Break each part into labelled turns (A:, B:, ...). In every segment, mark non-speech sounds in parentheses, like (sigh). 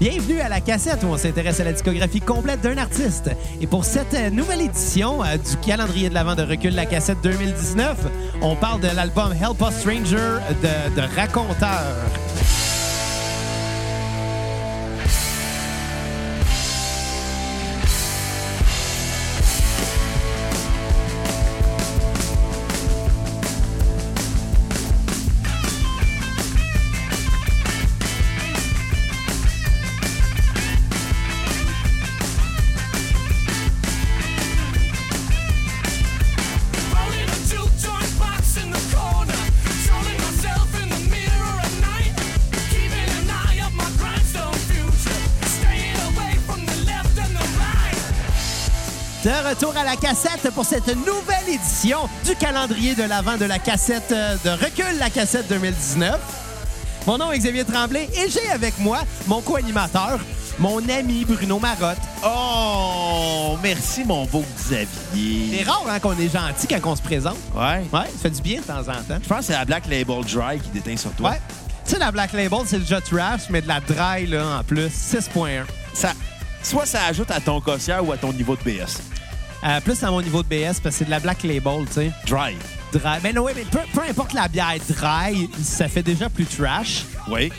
A: Bienvenue à la cassette où on s'intéresse à la discographie complète d'un artiste. Et pour cette euh, nouvelle édition euh, du calendrier de l'avant de recul la cassette 2019, on parle de l'album Help Us Stranger de, de Raconteur.
B: Rolling a two-joint box in the corner, trolling myself in the mirror at night, keeping an eye on my grindstone future, staying away from the left and the right.
A: De retour à la cassette pour cette nouvelle édition du calendrier de l'avant de la cassette euh, de recul la cassette 2019. Mon nom est Xavier Tremblay et j'ai avec moi mon co-animateur, mon ami Bruno Marotte.
C: Oh, merci mon beau
A: C'est
C: Xavier.
A: rare hein, qu'on est gentil quand on se présente.
C: Ouais.
A: Ouais, ça fait du bien de temps en temps.
C: Je pense que c'est la Black Label Dry qui déteint sur toi.
A: Ouais. Tu sais, la Black Label, c'est déjà trash, mais de la dry, là, en plus, 6.1.
C: Ça, soit ça ajoute à ton cossière ou à ton niveau de BS.
A: Euh, plus à mon niveau de BS, parce que c'est de la Black Label, tu sais.
C: Dry.
A: Dry. Mais non, ouais, mais peu, peu importe la bière dry, ça fait déjà plus trash.
C: Oui.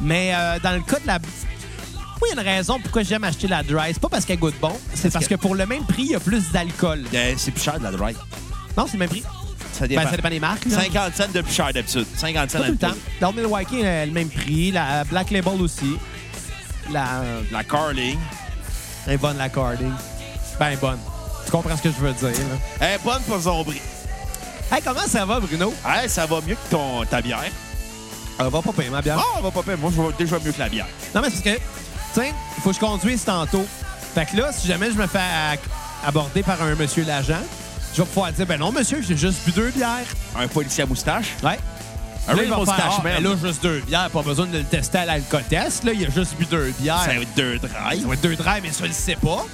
A: Mais euh, dans le cas de la. Oui, il y a une raison pourquoi j'aime acheter la dry. C'est pas parce qu'elle goûte bon, c'est parce que...
C: que
A: pour le même prix, il y a plus d'alcool.
C: Euh, c'est plus cher de la Dry.
A: Non, c'est le même prix.
C: Ça
A: Ben, ça dépend des marques. là.
C: 50 cents de plus cher d'habitude. 50 cents
A: Pas tout le temps.
C: d'habitude.
A: Dans Milwaukee, euh, le même prix. La Black Label aussi. La. euh,
C: La Carling.
A: Elle est bonne, la carding. Ben bonne. Tu comprends ce que je veux dire, là.
C: Elle est bonne pour son prix.
A: Hey, comment ça va, Bruno?
C: Hey, ça va mieux que ton, ta bière.
A: On va pas payer ma bière.
C: Oh, va pas pire. Moi, je vais déjà mieux que la bière.
A: Non, mais c'est parce que, tu sais, il faut que je conduise tantôt. Fait que là, si jamais je me fais a- aborder par un monsieur l'agent, je vais pouvoir dire, ben non, monsieur, j'ai juste bu deux bières.
C: Un policier à moustache.
A: Ouais.
C: Un
A: Là, il va
C: Rainbow
A: faire,
C: Stash
A: ah, ben
C: Man.
A: là, juste deux bières, pas besoin de le tester à l'alcool test. Là, il a juste bu deux bières.
C: Ça va être deux dry.
A: Ça va être deux draps, mais ça, il le sait pas.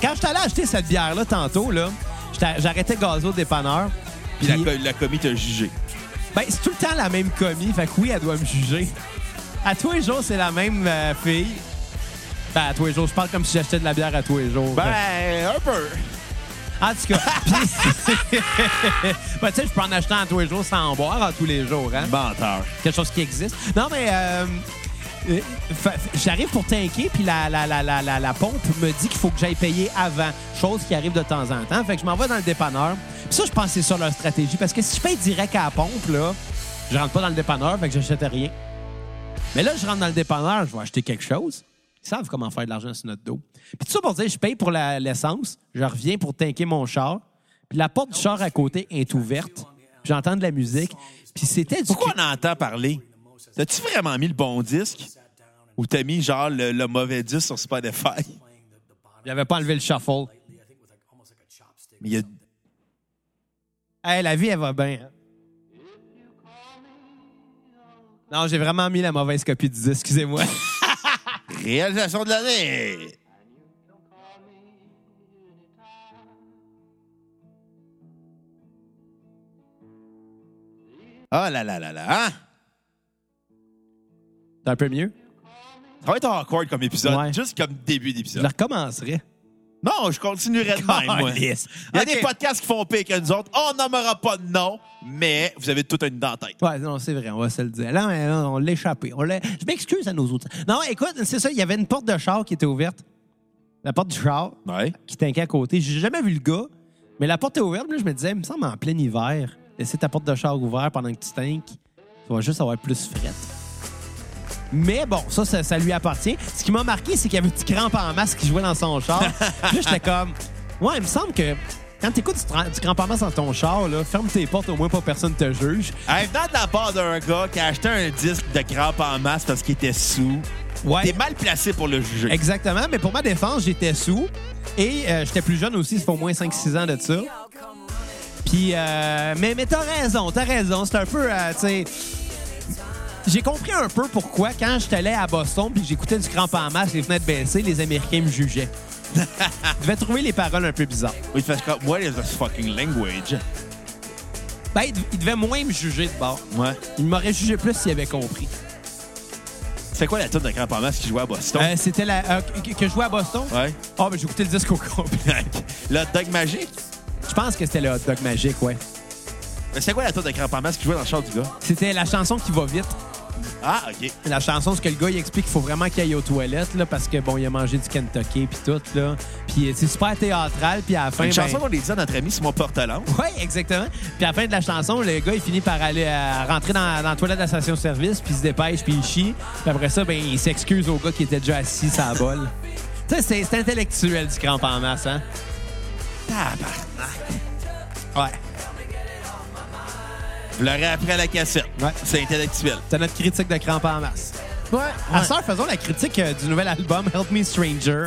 A: Quand je suis allé acheter cette bière-là tantôt, là, j'étais- j'arrêtais gazo au dépanneur.
C: Puis la, co- la commis t'a jugé.
A: Ben, c'est tout le temps la même commis, fait que oui, elle doit me juger. À tous les jours, c'est la même euh, fille. Ben, à tous les jours, je parle comme si j'achetais de la bière à tous les jours.
C: Ben, un peu.
A: En tout cas, (laughs) pis- (laughs) ben, tu sais, je peux en acheter à tous les jours sans en boire à tous les jours, hein?
C: Menteur.
A: Quelque chose qui existe. Non, mais euh, euh, fa- fa- j'arrive pour tanker, puis la, la, la, la, la, la pompe me dit qu'il faut que j'aille payer avant. Chose qui arrive de temps en temps. Fait que je m'en vais dans le dépanneur. Puis ça, je pense que c'est ça leur stratégie. Parce que si je paye direct à la pompe, là, je rentre pas dans le dépanneur, fait que j'achète rien. Mais là, je rentre dans le dépanneur, je vais acheter quelque chose. Ils savent comment faire de l'argent sur notre dos. Puis tout ça pour dire, je paye pour la- l'essence, je reviens pour tanker mon char. Puis la porte du char à côté est ouverte. Puis J'entends de la musique. Puis c'était du
C: Pourquoi on entend parler? T'as-tu vraiment mis le bon disque? Ou t'as mis genre le, le mauvais disque sur Spotify?
A: Il avait pas enlevé le shuffle.
C: Mais il y a-
A: Hey, la vie, elle va bien. hein. Non, j'ai vraiment mis la mauvaise copie du disque, (laughs) excusez-moi.
C: réalisation de l'année! Ah là là là là! hein?
A: C'est un peu mieux.
C: Ça va être awkward comme épisode,
A: Ouais.
C: juste comme début
A: Je le
C: d'épisode.
A: recommencerai.
C: Non, je continuerai de même, moi. Il
A: Calisse.
C: y a
A: Ok.
C: des podcasts qui font pire que nous autres. On nommera pas de nom, mais vous avez toute une dent en tête.
A: Ouais, non, c'est vrai, on va se le dire. Là, mais là, on l'a échappé. On l'a- Je m'excuse à nos autres. Non, écoute, c'est ça, il y avait une porte de char qui était ouverte. La porte du char
C: Ouais.
A: qui t'inquiète à côté. J'ai jamais vu le gars, mais la porte est ouverte. Puis Là, je me disais, il me semble en plein hiver, laisser ta porte de char ouverte pendant que tu tinques, tu vas juste avoir plus frette. Mais bon, ça, ça, ça lui appartient. Ce qui m'a marqué, c'est qu'il y avait du crampe en masse qui jouait dans son char. Puis là, j'étais comme, ouais, il me semble que quand t'écoutes du, tra- du crampe en masse dans ton char, là, ferme tes portes, au moins pas personne te juge.
C: Hey, venant de la part d'un gars qui a acheté un disque de crampe en masse parce qu'il était sous,
A: Ouais.
C: t'es mal placé pour le juger.
A: Exactement, mais pour ma défense, j'étais sous et euh, j'étais plus jeune aussi, ça fait au moins 5-6 ans de ça. Puis, euh, mais, mais t'as raison, t'as raison. C'est un peu, euh, tu sais. J'ai compris un peu pourquoi, quand j'étais allé à Boston puis que j'écoutais du crampe en masse, les fenêtres baissées, les Américains me jugeaient. (laughs) Je devais trouver les paroles un peu bizarres.
C: Oui, parce que moi, les fucking language.
A: Ben, ils dev- ils devaient moins me juger de bord.
C: Ouais.
A: Ils m'auraient jugé plus s'ils avaient compris.
C: C'est quoi la tune de Cramp en masse qui jouait à Boston?
A: Euh, C'était la. euh, que que je jouais à Boston?
C: Ouais. (laughs)
A: Ah, ben j'ai écouté le disque au complet. (laughs)
C: le Dog Magique?
A: Je pense que c'était le hot dog magique, ouais.
C: Mais Euh, c'est quoi la tune de Cramp en masse qui jouait dans le char du gars?
A: C'était la chanson qui va vite.
C: Ah, OK.
A: La chanson, ce que le gars, il explique qu'il faut vraiment qu'il aille aux toilettes, là, parce que, bon, il a mangé du Kentucky, puis tout, là. Puis euh, c'est super théâtral, puis à la fin...
C: Une chanson
A: ben-
C: qu'on dit à notre ami Simon Portalon.
A: Oui, exactement. Puis à la fin de la chanson, le gars, il finit par aller euh, rentrer dans, dans la toilette de la station-service, puis il se dépêche, puis il chie. Puis après ça, ben, il s'excuse au gars qui était déjà assis sur la bol. tu sais, c'est- c'est intellectuel du cramp en masse, hein? Tabarnak! Ouais.
C: Vous l'aurez appris à la cassette.
A: Ouais.
C: C'est intellectuel.
A: C'est notre critique de cramp en masse. Ouais. À ce soir, faisons la critique euh, du nouvel album Help Me Stranger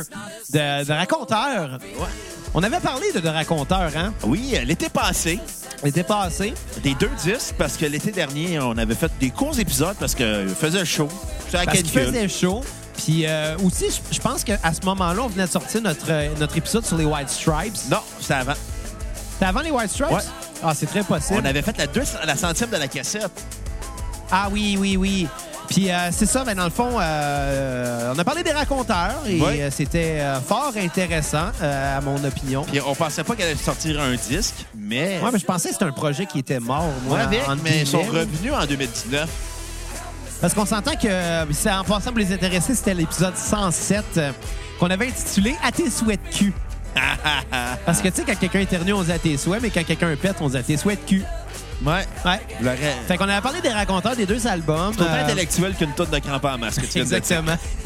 A: de, de Raconteur.
C: Ouais.
A: On avait parlé de, de Raconteur, hein?
C: Oui, euh, l'été passé,
A: L'été passé.
C: des deux disques, parce que l'été dernier, on avait fait des courts épisodes parce que euh, faisait chaud. J'étais à
A: Parce qu'il
C: canicule.
A: faisait chaud. Puis euh, aussi, je- je pense qu'à ce moment-là, on venait de sortir notre, euh, notre épisode sur les White Stripes.
C: Non, c'était avant.
A: C'était avant les White Stripes?
C: Ouais.
A: Ah, c'est très possible.
C: On avait fait la, deux, la centième de la cassette.
A: Ah oui, oui, oui. Puis euh, c'est ça, ben, dans le fond, euh, on a parlé des raconteurs et
C: Ouais.
A: euh, c'était euh, fort intéressant, euh, à mon opinion.
C: Puis on pensait pas qu'elle allait sortir un disque, mais.
A: Ouais, mais je pensais que c'était un projet qui était mort, moi.
C: Ouais, avec,
A: entre
C: mais ils sont
A: guillemets.
C: revenus en 2019.
A: Parce qu'on s'entend que, euh, c'est en passant pour les intéressés, c'était l'épisode 107 euh, qu'on avait intitulé À tes souhaits de
C: (laughs)
A: cul. Parce que, tu sais, quand quelqu'un éternue, on dit à tes souhaits, mais quand quelqu'un pète, on dit à tes souhaits de cul.
C: Ouais.
A: Ouais.
C: Vous l'aurez-
A: Fait qu'on avait parlé des raconteurs des deux albums.
C: C'est autant
A: Euh,
C: intellectuel qu'une tonne de crampes en masque.
A: Exactement. (laughs)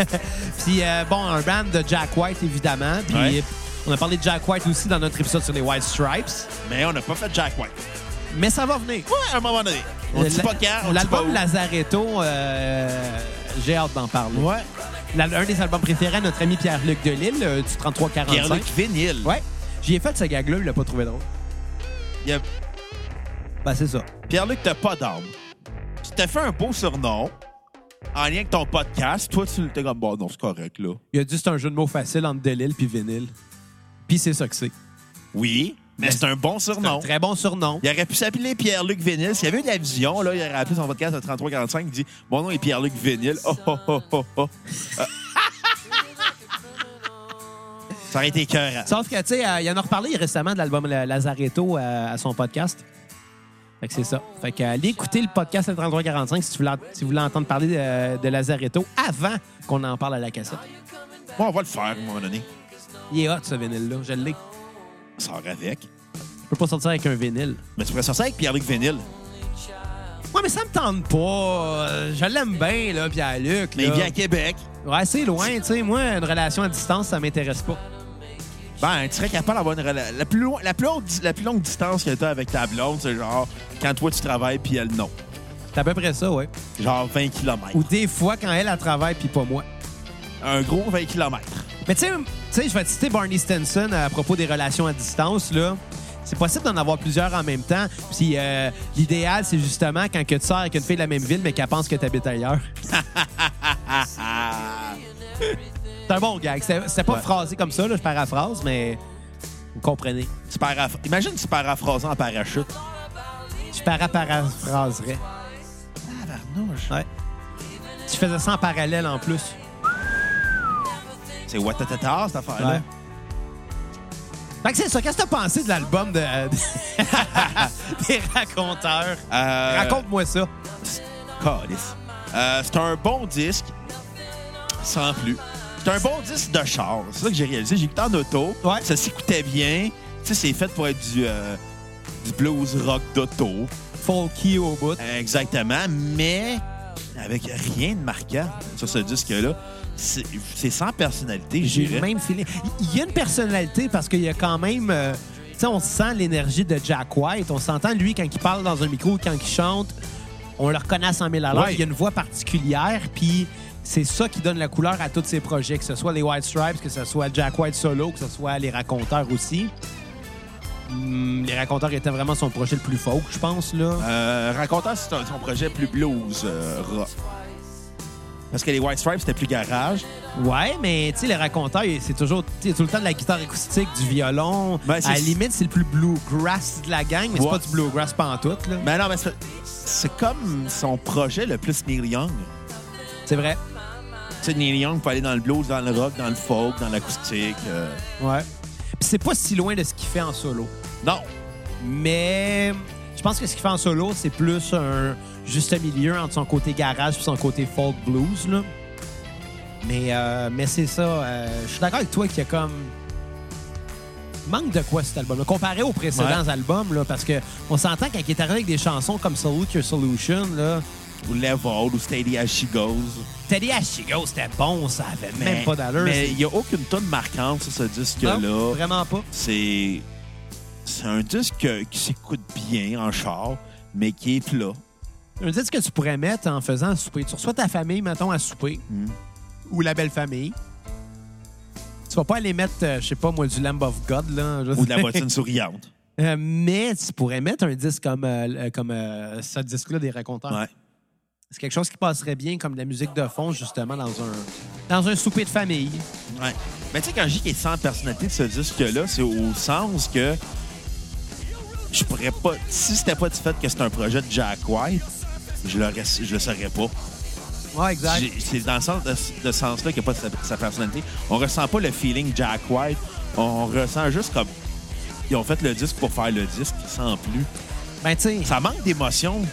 A: Puis, euh, bon, un band de Jack White, évidemment. Puis,
C: Ouais.
A: on a parlé de Jack White aussi dans notre épisode sur les White Stripes.
C: Mais on n'a pas fait Jack White.
A: Mais ça va venir.
C: Ouais, à un moment donné. On dit
A: La-
C: pas quand, on dit pas
A: L'album
C: où.
A: Lazaretto, euh, j'ai hâte d'en parler.
C: Ouais.
A: La- un des albums préférés à notre ami Pierre-Luc Delille, euh, du 33-45.
C: Pierre-Luc Vinyl.
A: Ouais. J'y ai fait ce gag-là, il l'a pas trouvé drôle.
C: Il y a-
A: Ben, c'est ça.
C: Pierre-Luc, t'as pas d'âme. Tu t'es fait un beau surnom en lien avec ton podcast. Toi, tu t'es comme, bon, non, c'est correct, là.
A: Il a dit c'est un jeu de mots facile entre Delille puis Vinyle. Puis c'est ça que c'est.
C: Oui, mais
A: Mais
C: c'est un bon
A: C'est un
C: surnom.
A: très bon surnom.
C: Il aurait pu s'appeler Pierre-Luc Vinyl. S'il y avait eu de la vision, là, il aurait appelé son podcast à 3345. Il dit Mon nom est Pierre-Luc Vinyl. Oh, oh, oh, oh, oh. Ah. Ça aurait été écœurant.
A: Sauf que, tu sais, euh, il en a reparlé récemment de l'album La- Lazaretto euh, à son podcast. Fait que c'est ça. Fait que, euh, allez écouter le podcast à 3345 si tu voulais, si vous voulez entendre parler euh, de Lazaretto avant qu'on en parle à la cassette.
C: Bon, on va le faire à un moment donné.
A: Il est hot, ce vinyle-là. Je l'ai.
C: On sort avec.
A: Je peux pas sortir avec un vinyle.
C: Mais tu pourrais sortir avec Pierre-Luc Vinyl.
A: Ouais, mais ça me tente pas. Euh, Je l'aime bien, là, Pierre-Luc.
C: Mais il
A: là.
C: vient à Québec.
A: Ouais, c'est loin, tu sais. Moi, une relation à distance, ça m'intéresse pas.
C: Ben, tu serais capable d'avoir une rela- la plus, loin- la, plus haute di- la plus longue distance que t'as avec ta blonde, c'est genre quand toi tu travailles puis elle non.
A: C'est à peu près ça, ouais.
C: Genre 20 km.
A: Ou des fois, quand elle, elle travaille, puis pas moi.
C: Un gros 20 km.
A: Mais tu sais, tu sais, je vais te citer Barney Stenson à propos des relations à distance, là. C'est possible d'en avoir plusieurs en même temps. Puis euh, l'idéal, c'est justement quand que tu sors avec une fille de la même ville, mais qu'elle pense que tu habites ailleurs. c'est un bon gag. C'était c'était pas
C: Ouais.
A: phrasé comme ça, là, je paraphrase, mais vous comprenez.
C: Tu paraph- Imagine tu paraphrasant en parachute.
A: Je paraphraserais. Ouais. Tu faisais ça en parallèle en plus.
C: C'est watatata cette affaire-là.
A: Ouais. Fait que c'est ça. Qu'est-ce que t'as pensé de l'album de, (laughs) des raconteurs?
C: Euh,
A: Raconte-moi ça.
C: Câlisse. Euh, c'est un bon disque, sans plus. C'est un bon disque de char. C'est ça que j'ai réalisé. J'ai écouté en auto.
A: Ouais.
C: Ça s'écoutait bien. Tu sais, c'est fait pour être du, euh, du blues rock d'auto.
A: Folky au bout.
C: Euh, Exactement. Mais avec rien de marquant sur ce disque-là. C'est c'est sans personnalité, je
A: J'ai le
C: dirais.
A: même feeling. Il y a une personnalité parce qu'il y a quand même. euh, tu sais, on sent l'énergie de Jack White. On s'entend, lui, quand il parle dans un micro ou quand il chante, on le reconnaît à 100 000 à l'heure.
C: Ouais.
A: Il y a une voix particulière, puis c'est ça qui donne la couleur à tous ses projets, que ce soit les White Stripes, que ce soit Jack White solo, que ce soit les raconteurs aussi. Hum, les raconteurs étaient vraiment son projet le plus folk, je pense, là.
C: Euh, Raconteur, c'est un- son projet plus blues euh, rock. Parce que les White Stripes, c'était plus garage.
A: Ouais, mais tu sais, les raconteurs, c'est toujours tu sais, tout le temps de la guitare acoustique, du violon.
C: Ben, c'est-
A: à la limite, c'est le plus bluegrass de la gang, mais c'est
C: Ouais. Ben,
A: pas du bluegrass pantoute, là.
C: Mais non, mais c'est- c'est comme son projet le plus Neil Young.
A: C'est vrai.
C: Tu sais, Neil Young peut aller dans le blues, dans le rock, dans le folk, dans l'acoustique. euh,
A: Ouais. Puis c'est pas si loin de ce qu'il fait en solo.
C: Non.
A: Mais je pense que ce qu'il fait en solo, c'est plus un juste milieu entre son côté garage et son côté folk blues. Là. Mais, euh, mais c'est ça. euh, je suis d'accord avec toi qu'il y a comme. Manque de quoi cet album-là? Comparé aux précédents
C: Ouais.
A: albums, là, parce que on s'entend quand il est arrivé avec des chansons comme Salute Your Solution, là,
C: Ou Level, ou Steady As She Goes.
A: Teddy Ashigo, c'était bon, ça avait
C: Mais-
A: même pas d'allure.
C: Mais il n'y a aucune tonne marquante sur ce
A: c'est-
C: disque-là.
A: Non, Vraiment pas.
C: c'est c'est un disque euh, qui s'écoute bien en char, mais qui est là.
A: Un disque que tu pourrais mettre en faisant un souper. Tu reçois ta famille, mettons, à souper,
C: Mm.
A: ou la belle famille. Tu vas pas aller mettre, euh, je sais pas moi, du Lamb of God, là. je
C: Ou de
A: (laughs)
C: la
A: sais.
C: bottine souriante.
A: Euh, mais tu pourrais mettre un disque comme, euh, euh, comme euh, ce disque-là des raconteurs.
C: Ouais.
A: C'est quelque chose qui passerait bien comme de la musique de fond, justement, dans un, dans un souper de famille.
C: Ouais. Mais tu sais, quand je dis qu'il est sans personnalité de ce disque-là, c'est au sens que je pourrais pas. Si c'était pas du fait que c'est un projet de Jack White, je le, je le saurais pas.
A: Ouais, exact.
C: J'ai- C'est dans le sens de, de ce sens-là qu'il n'y a pas sa, sa personnalité. On ressent pas le feeling Jack White. On ressent juste comme. Ils ont fait le disque pour faire le disque, sans plus.
A: Ben, tu sais,
C: Ça manque d'émotion.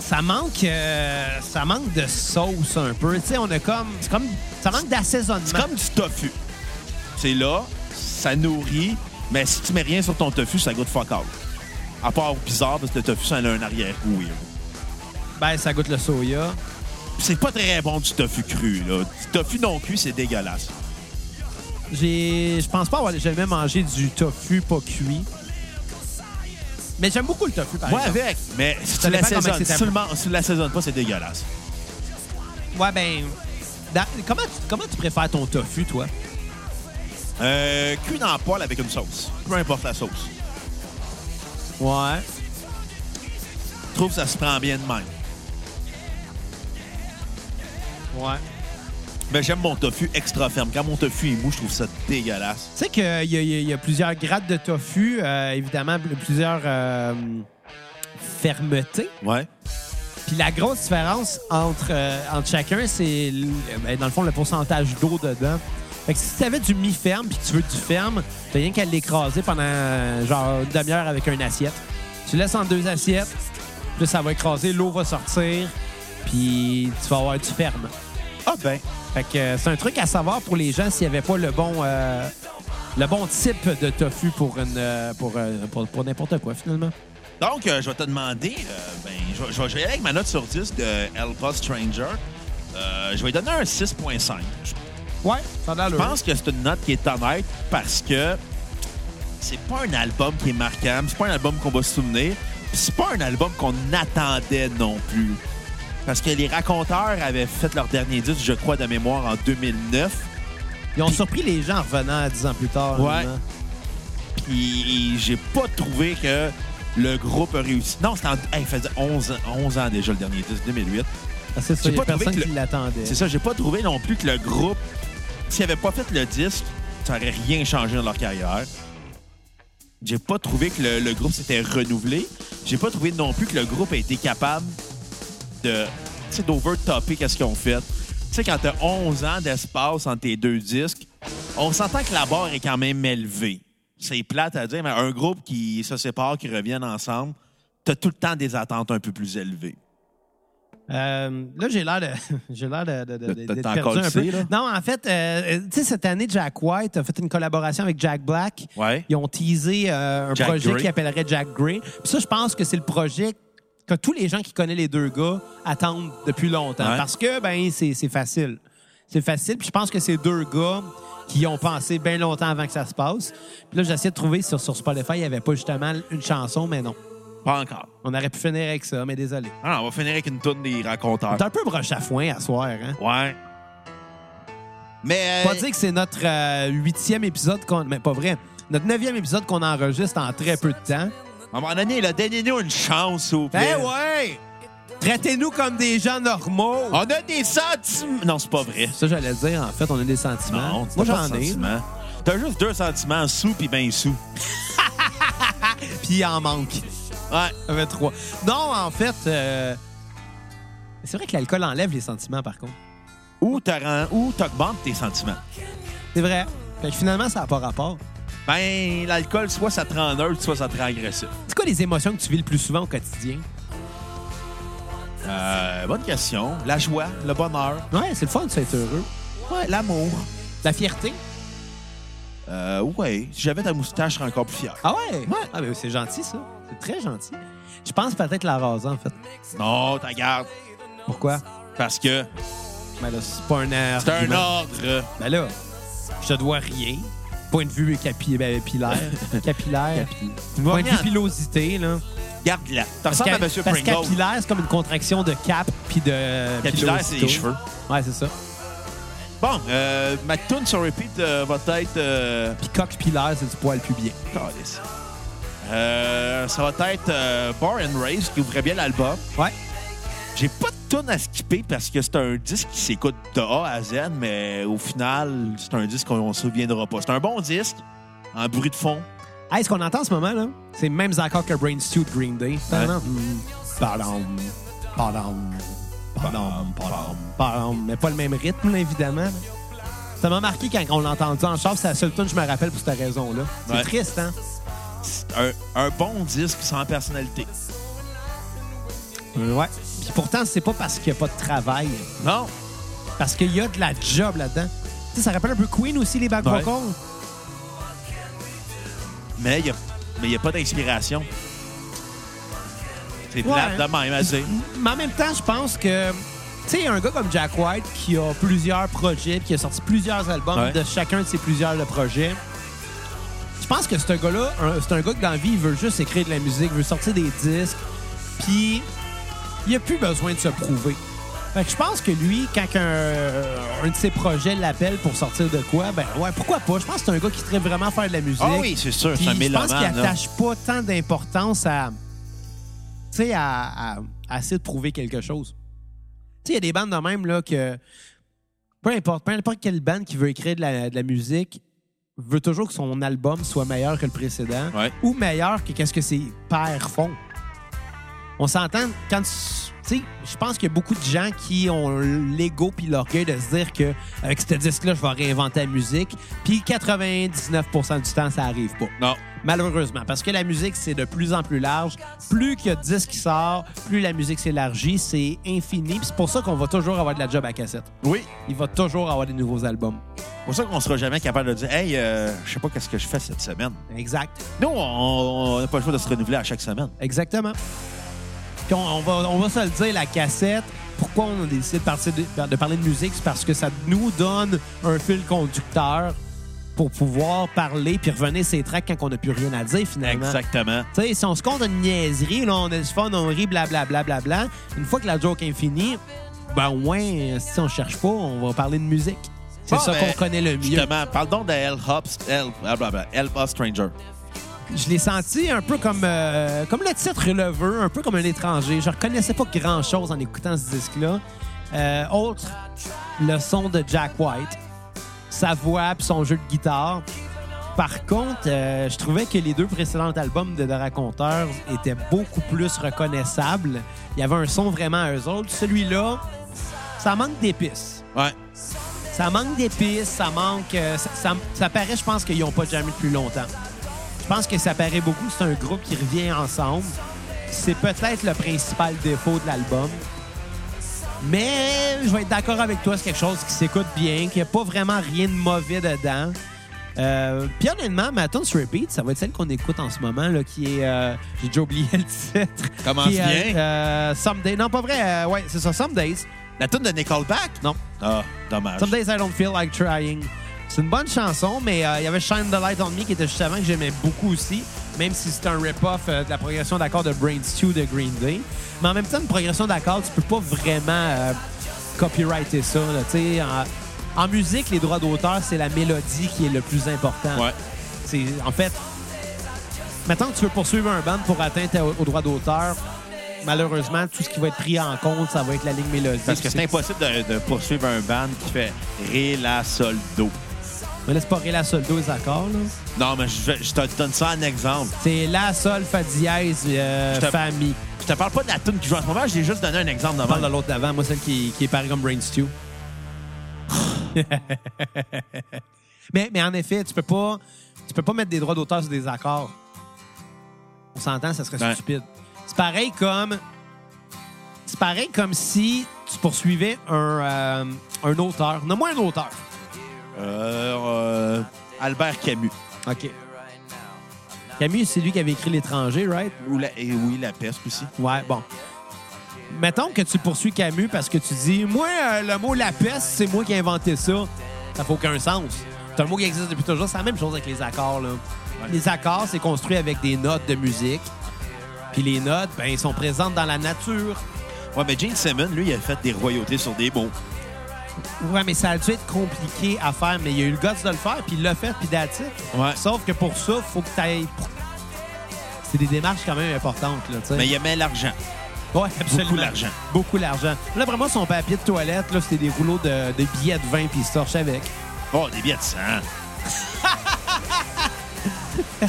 A: ça manque, euh, ça manque de sauce un peu. Tu sais, on a comme,
C: C'est comme
A: ça manque d'assaisonnement.
C: C'est comme du tofu. C'est là, ça nourrit, mais si tu mets rien sur ton tofu, ça goûte fuck out. À part bizarre, parce que le tofu, ça a un arrière-goût. weird.
A: Ben, ça goûte le soya.
C: C'est pas très bon du tofu cru, là. Du tofu non cuit, c'est dégueulasse.
A: J'ai, je pense pas avoir jamais mangé du tofu pas cuit. Mais j'aime beaucoup le tofu, par
C: Moi,
A: exemple.
C: avec, mais si
A: Ça
C: tu
A: dépend comment
C: l'assaisonnes,
A: c'est
C: si tu le man- si tu l'assaisonnes pas, c'est dégueulasse.
A: Ouais, ben. dans- comment, tu, comment tu préfères ton tofu, toi?
C: Euh, cuit dans le poêle avec une sauce. Peu importe la sauce.
A: Ouais.
C: Je trouve que ça se prend bien de même.
A: Ouais.
C: Mais j'aime mon tofu extra ferme. Quand mon tofu est mou, je trouve ça dégueulasse.
A: Tu sais qu'il y, a- il y a- il y a plusieurs grades de tofu, euh, évidemment, pl- plusieurs euh, fermetés.
C: Ouais.
A: Puis la grosse différence entre, euh, entre chacun, c'est, l- ben, dans le fond, le pourcentage d'eau dedans. Fait que si tu avais du mi-ferme puis que tu veux du ferme, t'as rien qu'à l'écraser pendant euh, genre une demi-heure avec une assiette. Tu laisses en deux assiettes, puis là, ça va écraser, l'eau va sortir, puis tu vas avoir du ferme.
C: Ah ben,
A: Fait que euh, c'est un truc à savoir pour les gens s'il n'y avait pas le bon, euh, le bon type de tofu pour, une, euh, pour, euh, pour, pour n'importe quoi, finalement.
C: Donc, euh, je vais te demander, euh, ben, je, vais- je vais je vais y aller avec ma note sur 10 de Elpa Stranger. Euh, je vais lui donner un 6.5. Je
A: Ouais, ça a
C: je
A: l'air.
C: pense que c'est une note qui est honnête parce que c'est pas un album qui est marquant, c'est pas un album qu'on va se souvenir, puis c'est pas un album qu'on attendait non plus. Parce que les raconteurs avaient fait leur dernier disque, je crois, de mémoire en 2009.
A: Ils ont surpris les gens en revenant dix ans plus tard.
C: Ouais.
A: vraiment.
C: Puis j'ai pas trouvé que le groupe a réussi. Non, c'était en. hey, il faisait 11, ans- 11 ans déjà le dernier disque, 2008.
A: Ah, c'est ça,
C: J'ai
A: il y a
C: pas trouvé
A: personne
C: que le-
A: qui l'attendait.
C: C'est ça, j'ai pas trouvé non plus que le groupe, s'il avait pas fait le disque, ça aurait rien changé dans leur carrière. J'ai pas trouvé que le, le groupe s'était renouvelé. J'ai pas trouvé non plus que le groupe a été capable de, tu sais, d'overtopper qu'est-ce qu'ils ont fait. Tu sais, quand t'as 11 ans d'espace entre tes deux disques, on s'entend que la barre est quand même élevée. C'est plate à dire, mais un groupe qui se sépare, qui reviennent ensemble, t'as tout le temps des attentes un peu plus élevées.
A: Euh, là, j'ai l'air de, (laughs) j'ai l'air de, de, de-
C: De-
A: de-
C: de
A: d'être
C: t'en
A: perdu un peu.
C: colser, là?
A: Non, en fait, euh, tu sais, cette année, Jack White a fait une collaboration avec Jack Black.
C: Ouais.
A: Ils ont teasé euh, un
C: Jack
A: projet
C: Gray.
A: qui appellerait Jack Gray. Puis ça, je pense que c'est le projet que tous les gens qui connaissent les deux gars attendent depuis longtemps.
C: Ouais.
A: Parce que, ben, c'est, c'est facile. C'est facile. Puis je pense que c'est deux gars qui y ont pensé bien longtemps avant que ça se passe. Puis là, j'essaie de trouver sur, sur Spotify, il n'y avait pas justement une chanson, mais non.
C: Pas encore.
A: On aurait pu finir avec ça, mais désolé.
C: Ah, on va finir avec une tourne des raconteurs.
A: T'es un peu broche à foin à soir, hein?
C: Ouais. Mais.
A: Pas dire que c'est notre euh, huitième épisode qu'on. Mais pas vrai. Notre neuvième épisode qu'on enregistre en très peu de temps.
C: À un moment donné, là, donnez-nous une chance, s'il vous plaît.
A: Eh Ben ouais! Traitez-nous comme des gens normaux!
C: On a des sentiments. Non, c'est pas vrai.
A: Ça, j'allais dire, en fait, on a des sentiments.
C: Non,
A: Hein? Moi,
C: t'as pas
A: j'en
C: de
A: ai.
C: sentiments. T'as juste deux sentiments, sous puis ben sous.
A: Puis il en manque.
C: Ouais.
A: Ça fait trois. Non, en fait, euh, c'est vrai que l'alcool enlève les sentiments, par contre.
C: ou te rend- ou t'augmentes tes sentiments.
A: C'est vrai. Fait que finalement, ça n'a pas rapport.
C: Ben, l'alcool, soit ça te rend neutre, soit ça te rend agressif.
A: C'est quoi les émotions que tu vis le plus souvent au quotidien?
C: Euh, bonne question. La joie, le bonheur,
A: Ouais, c'est le fun de être heureux.
C: ouais, l'amour.
A: La fierté.
C: Euh, ouais, si j'avais ta moustache, je serais encore plus fier.
A: Ah ouais? Ah, ben, c'est gentil, ça. C'est très gentil. Je pense peut-être la raser, en fait.
C: Non, t'as garde,
A: Pourquoi?
C: parce que
A: Ben là, c'est pas un air.
C: c'est un ordre.
A: Ben là, je te dois rien. Point de vue capi- ben, pilaire. (laughs) capillaire. Point de vue
C: Regarde.
A: pilosité, là.
C: Garde-la. T'en ressembles à
A: que-
C: M.
A: parce que
C: Pringle.
A: capillaire, c'est comme une contraction de cap puis de.
C: Capillaire, c'est les
A: pilosito.
C: cheveux.
A: Ouais, c'est ça.
C: Bon, euh, ma tune sur repeat euh, va être... euh,
A: Puis coque pilaire, c'est du poil pubien.
C: Calisse. Euh, ça va être euh, Bar and Race qui ouvrait bien l'album.
A: Ouais.
C: J'ai pas de tune à skipper parce que c'est un disque qui s'écoute de A à Z, mais au final, c'est un disque qu'on ne se souviendra pas. C'est un bon disque, en bruit de fond.
A: Hey, ce qu'on entend en ce moment, là, c'est les mêmes accords que Brain Stew de Green Day.
C: Hein?
A: Pardon. Pardon. Pardon. Pardon. Pardon. Pardon. Mais pas le même rythme, là, évidemment. Ça m'a marqué quand on l'a entendu en char. C'est la seule tune que je me rappelle pour cette raison-là. C'est
C: Ouais.
A: triste, hein?
C: C'est Un, un bon disque sans personnalité.
A: Ouais. Puis pourtant, c'est pas parce qu'il n'y a pas de travail,
C: Non,
A: parce qu'il y a de la job là-dedans. Tu sais, ça rappelle un peu Queen aussi, les back
C: Ouais.
A: vocals.
C: mais il n'y a, pas d'inspiration. C'est
A: Ouais.
C: plate de même à dire.
A: Mais en même temps, je pense que, tu sais, un gars comme Jack White qui a plusieurs projets, puis qui a sorti plusieurs albums
C: Ouais.
A: de chacun de ses plusieurs le projets, je pense que c'est un gars-là, un- c'est un gars que dans la vie, il veut juste écrire de la musique, veut sortir des disques, puis il a plus besoin de se prouver. Fait que je pense que lui, quand un, un de ses projets l'appelle pour sortir de quoi, ben ouais, pourquoi pas? Je pense que c'est un gars qui traite vraiment faire de la musique.
C: Ah oui, c'est sûr,
A: Puis
C: c'est un
A: je pense qu'il
C: mélomane. là.
A: attache pas tant d'importance à, tu sais, à, à- à essayer de prouver quelque chose. Tu sais, il y a des bandes de même là, que peu importe, peu importe quelle bande qui veut écrire de la, de la musique veut toujours que son album soit meilleur que le précédent
C: Ouais.
A: ou meilleur que qu'est-ce que ses pairs font. On s'entend quand tu tu sais, je pense qu'il y a beaucoup de gens qui ont l'ego puis l'orgueil de se dire que avec ce disque-là, je vais réinventer la musique. Puis 99% du temps, ça arrive pas.
C: Non.
A: Malheureusement, parce que la musique, c'est de plus en plus large. Plus qu'il y a de disques qui sortent, plus la musique s'élargit, c'est infini. Puis c'est pour ça qu'on va toujours avoir de la job à cassette.
C: Oui,
A: Il va toujours avoir des nouveaux albums.
C: c'est pour ça qu'on sera jamais capable de dire Hey, euh, je sais pas qu'est-ce que je fais cette semaine.
A: Exact.
C: Nous, on on n'a pas le choix de se renouveler à chaque semaine.
A: Exactement. Puis on, on va, on va se le dire, la cassette, pourquoi on a décidé de, partir de, de parler de musique, c'est parce que ça nous donne un fil conducteur pour pouvoir parler puis revenir ces tracks quand on n'a plus rien à dire, finalement.
C: Exactement.
A: Tu sais, si on se compte une niaiserie, là, on a du fun, on rit, blablabla, bla, bla, bla. une fois que la joke est finie, ben au moins, euh, si on cherche pas, on va parler de musique. C'est
C: Bon,
A: ça qu'on
C: ben,
A: connaît le mieux.
C: Justement, parlons de Help Hops, Help, blablabla, Help Us Stranger.
A: Je l'ai senti un peu comme, euh, comme le titre le veut, un peu comme un étranger. Je reconnaissais pas grand-chose en écoutant ce disque-là. Euh, autre, le son de Jack White, sa voix puis son jeu de guitare. Par contre, euh, je trouvais que les deux précédents albums de The Raconteurs étaient beaucoup plus reconnaissables. Il y avait un son vraiment à eux autres. Celui-là, ça manque d'épices.
C: Ouais.
A: Ça manque d'épices, ça manque. euh, ça, ça- ça paraît, je pense, qu'ils n'ont pas jamais depuis longtemps. Je pense que ça paraît beaucoup. C'est un groupe qui revient ensemble. C'est peut-être le principal défaut de l'album. Mais je vais être d'accord avec toi, c'est quelque chose qui s'écoute bien, qu'il n'y a pas vraiment rien de mauvais dedans. Euh, Puis honnêtement, ma tune sur repeat, ça va être celle qu'on écoute en ce moment, là, qui est. euh, J'ai déjà oublié le titre.
C: Commence
A: Qui est,
C: bien.
A: euh, Someday. Non, pas vrai. euh, ouais, c'est ça, Some Days.
C: La tune de Nickelback?
A: Non.
C: Ah, dommage.
A: Some days I don't feel like trying. C'est une bonne chanson, mais euh, il y avait Shine the Light on Me qui était justement que j'aimais beaucoup aussi, même si c'est un rip-off euh, de la progression d'accords de Brain Stew de Green Day. Mais en même temps, une progression d'accords, tu peux pas vraiment euh, copyrighter ça. là, tu sais. en, en musique, les droits d'auteur, c'est la mélodie qui est le plus important.
C: Ouais.
A: C'est- En fait, maintenant que tu veux poursuivre un band pour atteindre ta- aux droits d'auteur, malheureusement, tout ce qui va être pris en compte, ça va être la ligne mélodique.
C: Parce que c'est impossible de, de poursuivre un band qui fait Ré, La, Sol, Do.
A: Mais laisse pas ré la soldo les accords. Là.
C: Non, mais je, vais- je te donne ça en exemple.
A: C'est la sol, fa dièse, euh,
C: Je te-
A: fa mi.
C: Je te parle pas de la tune qui joue en ce moment, je t'ai juste donné un exemple
A: Je parle de
C: d'avant.
A: l'autre d'avant, moi, celle qui, qui est pareille comme Brain Stew. (laughs) Mais, mais en effet, tu peux pas, tu peux pas mettre des droits d'auteur sur des accords. On s'entend, ça serait
C: Ouais.
A: stupide. C'est pareil comme, c'est pareil comme si tu poursuivais un, euh, un auteur. Nomme-moi un auteur.
C: Euh, euh, Albert Camus.
A: Ok. Camus, c'est lui qui avait écrit L'étranger, right?
C: Ou la, et oui, la peste aussi.
A: Ouais, bon. Mettons que tu poursuis Camus parce que tu dis Moi, euh, le mot la peste, c'est moi qui ai inventé ça. Ça fait aucun sens. C'est un mot qui existe depuis toujours. C'est la même chose avec les accords. Là. Les accords, c'est construit avec des notes de musique. Puis les notes, ben, elles sont présentes dans la nature.
C: Ouais, mais Gene Simmons, lui, il a fait des royautés sur des mots.
A: Ouais, mais ça a dû être compliqué à faire, mais il y a eu le gosse de le faire, puis il l'a fait, puis that's it.
C: Ouais.
A: Sauf que pour ça, faut que tu ailles. C'est des démarches quand même importantes. Là, tu sais.
C: Mais il aimait l'argent.
A: Ouais, absolument.
C: Beaucoup d'argent.
A: Beaucoup d'argent. Là, vraiment, son papier de toilette, là, c'était des rouleaux de, de billets de vin, puis il se torchait avec.
C: Oh, des billets
A: (laughs)
C: de sang. tu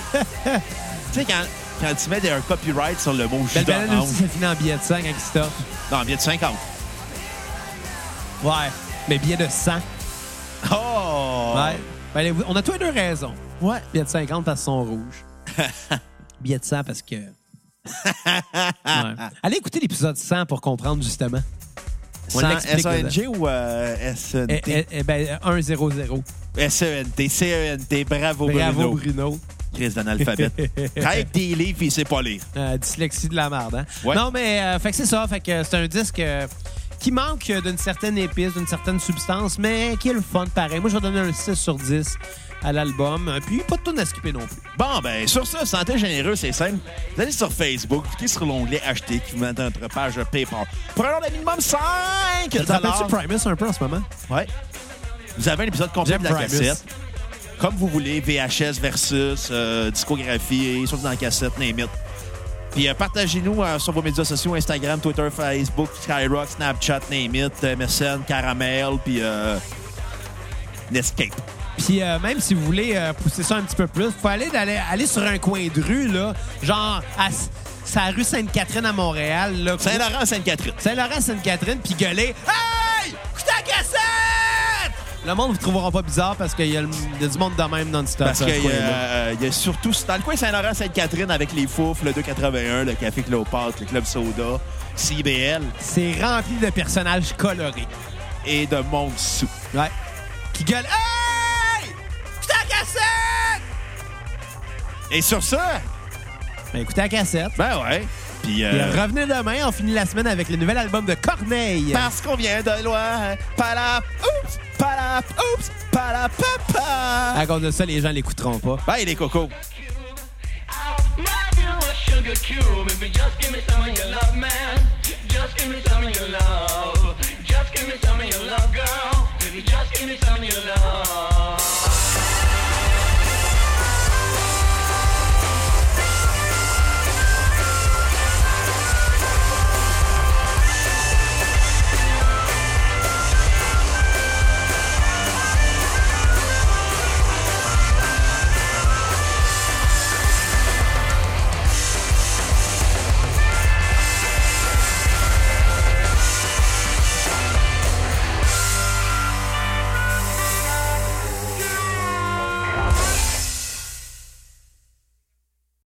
C: sais, quand, quand tu mets des, un copyright sur le mot jus
A: Belle Belle
C: d'orange.
A: aussi, ça finit en billet de sang quand il se torche.
C: Non, billet de 50.
A: Ouais. Mais billet de 100.
C: Oh!
A: Ouais. Ben, les- on a tous les deux raisons. Ouais. Billet de 50 parce qu'ils sont rouges. billet de 100 parce que. Ouais. Allez écouter l'épisode 100 pour comprendre, justement. On
C: Sans
A: l'explique
C: S-A-N-G E ou euh,
A: Eh,
C: S-N-T?
A: eh, eh ben, 1-0-0.
C: S-E-N-T, C-E-N-T. E Bravo,
A: Bravo,
C: Bruno.
A: Bruno.
C: Crise d'analphabète.
A: (laughs)
C: Travaille avec des livres, puis il sait pas lire.
A: Euh, dyslexie de la merde, hein?
C: Ouais.
A: Non, mais euh, fait que c'est ça. Fait que euh, c'est un disque euh, qui manque euh, d'une certaine épice, d'une certaine substance, mais qui est le fun pareil. Moi, je vais donner un 6 sur 10 à l'album. Euh, Puis pas de tune à skipper non plus.
C: Bon, ben, sur ça, santé généreuse, c'est simple. Vous allez sur Facebook, cliquez sur l'onglet acheter qui vous met dans notre page PayPal. Pour un ordre de minimum 5
A: T'appelles-tu Primus un peu en ce moment?
C: Ouais. Vous avez un épisode complet
A: J'aime
C: de la
A: Primus.
C: cassette. Comme vous voulez, VHS versus euh, discographie, surtout dans la cassette, n'importe. Puis euh, partagez-nous euh, sur vos médias sociaux, Instagram, Twitter, Facebook, Skyrock, Snapchat, name it, MSN, Caramel, puis euh, Nescape.
A: Puis euh, même si vous voulez euh, pousser ça un petit peu plus, faut aller, d'aller- aller sur un coin de rue, là, genre à s- sa rue Sainte-Catherine à Montréal. là.
C: Saint-Laurent, Sainte-Catherine.
A: Saint-Laurent, Sainte-Catherine, puis gueuler Hey! Écoutez la cassette! Le monde vous trouvera pas bizarre parce qu'il y, a le- il y a du monde de même non-stop.
C: Parce
A: dans ce
C: qu'il y, a,
A: coin-là.
C: euh, il y a surtout, c'est dans le coin Saint-Laurent, Sainte-Catherine, avec les Fouf, le 281, le Café Cléopâtre, le Club Soda, CBL
A: C'est rempli de personnages colorés.
C: et de monde sous.
A: Ouais. Qui gueulent Hey! Écoutez la cassette!
C: Et sur ça,
A: Ben, écoutez la cassette.
C: ben ouais. Puis,
A: Et
C: euh,
A: revenez demain, on finit la semaine avec le nouvel album de Corneille.
C: Parce qu'on vient de loin. Palap, oups, palap, oups, palap, papa.
A: À cause de ça, les gens l'écouteront pas.
C: Bye les cocos.
B: Might do a sugar cube if you just give me some of your love, man.